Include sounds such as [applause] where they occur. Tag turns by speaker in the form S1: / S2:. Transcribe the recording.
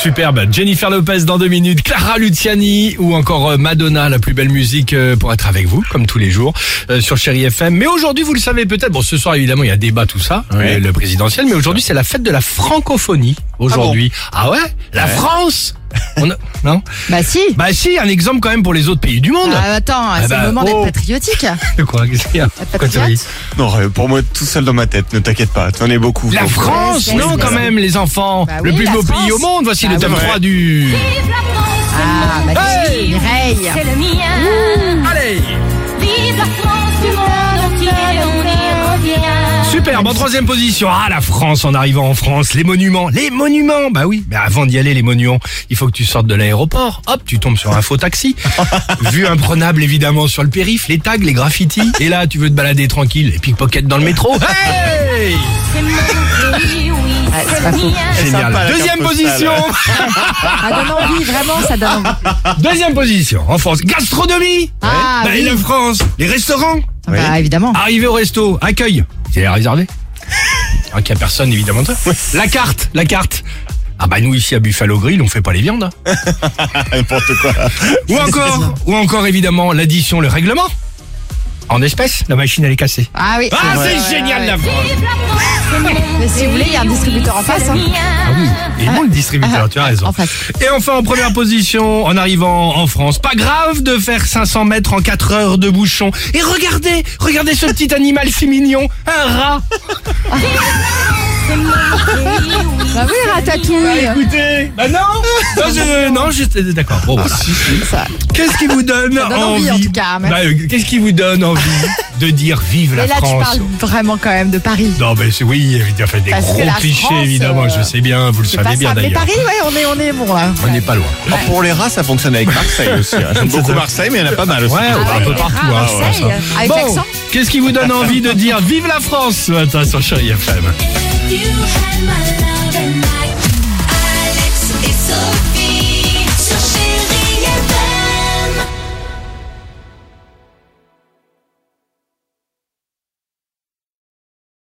S1: Superbe. Jennifer Lopez dans deux minutes, Clara Luciani ou encore euh, Madonna, la plus belle musique euh, pour être avec vous, comme tous les jours, euh, sur Chéri FM. Mais aujourd'hui, vous le savez peut-être, bon, ce soir, évidemment, il y a débat, tout ça, euh,
S2: Ouais.
S1: le- le présidentiel, mais aujourd'hui, c'est la fête de la francophonie. Aujourd'hui. Ah, ouais? La France? On a- Non?
S3: Bah si
S1: Bah si, un exemple quand même pour les autres pays du monde.
S3: Ah, Attends,
S1: Ah
S3: c'est
S1: bah,
S3: le moment
S1: oh.
S3: d'être patriotique.
S1: De [laughs] quoi Qu'est-ce qu'il y a Pourquoi tu ris
S2: Non, euh, pour moi, tout seul dans ma tête, ne t'inquiète pas, t'en es beaucoup.
S1: La
S2: Donc, euh,
S1: France,
S3: Ouais, c'est
S1: non
S3: vrai.
S1: quand même les enfants,
S3: Bah
S1: le
S3: oui,
S1: plus
S3: la
S1: beau
S3: France.
S1: pays au monde, voici
S3: Bah
S1: le tome
S2: oui.
S1: 3 du...
S3: Ah, bah
S1: Hey
S3: dis, Mireille
S4: C'est le mien.
S1: Allez
S4: Vive la France du monde entier, on y revient.
S1: Superbe, en troisième position. Ah, la France, en arrivant en France, les monuments, les monuments. Bah oui, mais avant d'y aller, les monuments, il faut que tu sortes de l'aéroport. Hop, tu tombes sur un faux
S2: [laughs]
S1: taxi. Vue imprenable, évidemment, sur le périph, les tags, les graffitis. Et là, tu veux te balader tranquille, les pickpockets dans le
S2: [laughs]
S1: métro. Hey
S4: C'est mon pays, oui,
S3: Ah, c'est
S4: c'est
S3: pas
S4: le
S3: faux.
S4: mien.
S1: Génial.
S2: sympa, la
S1: Deuxième
S2: carte [laughs]
S1: position.
S2: postale.
S3: Ah, Ça donne envie, vraiment, ça donne envie.
S1: Deuxième position. En France, gastronomie.
S3: Ah,
S1: bah,
S3: oui.
S1: et la France, les restaurants.
S3: Bah évidemment.
S1: Arrivé au resto, accueil. C'est [laughs] réservé Alors qu'il n'y a personne, évidemment. La carte, la carte. Ah bah nous ici à Buffalo Grill, on fait pas les viandes. hein.
S2: N'importe quoi.
S1: Euh, Ou encore, ou encore évidemment l'addition, le règlement. En espèces, la machine elle est cassée.
S3: Ah oui.
S1: Ah
S3: Ouais, ouais,
S1: c'est génial
S3: ouais.
S1: la France.
S4: Vive la France, c'est mon
S3: Mais si vous voulez, il y a un
S4: pays, oui,
S3: distributeur en
S4: c'est
S3: face,
S4: le
S3: hein.
S1: Ah oui,
S4: mien.
S1: et il manque le distributeur, tu as raison.
S3: En face.
S1: Et enfin en première position, en arrivant en France, pas grave de faire 500 mètres en 4 heures de bouchon. Et regardez, regardez ce petit animal si mignon, un rat.
S4: C'est mon pays, oui.
S3: Bah oui, ratatouille
S1: Écoutez, bah non, [laughs] non, je- non, j'étais d'accord. Bon, voilà.
S3: Ça-
S1: Qu'est-ce qui vous donne,
S3: Ça donne envie, en tout cas, mais-
S1: Bah, euh, Qu'est-ce qui vous donne envie de dire vive la
S3: Mais là, tu
S1: France
S3: parles vraiment quand même de Paris.
S1: Non, mais c'est- oui, évidemment, fait des
S3: Parce que
S1: gros
S3: la
S1: clichés,
S3: France,
S1: évidemment,
S3: euh,
S1: je sais bien, vous le
S3: C'est pas
S1: savez bien
S3: ça. Mais
S1: d'ailleurs.
S3: Paris, ouais, on est, on est bon hein. là.
S1: On n'est pas loin.
S2: Ah, pour les rats, ça fonctionne avec Marseille aussi. hein. J'aime beaucoup Marseille, mais il y en a pas mal aussi.
S1: Ah
S2: Ah,
S1: Ouais, un peu
S3: les
S1: partout.
S3: rats,
S1: hein,
S3: Ah Marseille,
S1: ouais, ça.
S3: avec
S1: bon,
S3: l'accent.
S1: qu'est-ce qui vous donne envie de dire vive la France ce matin sur Chérie FM
S4: You had my love and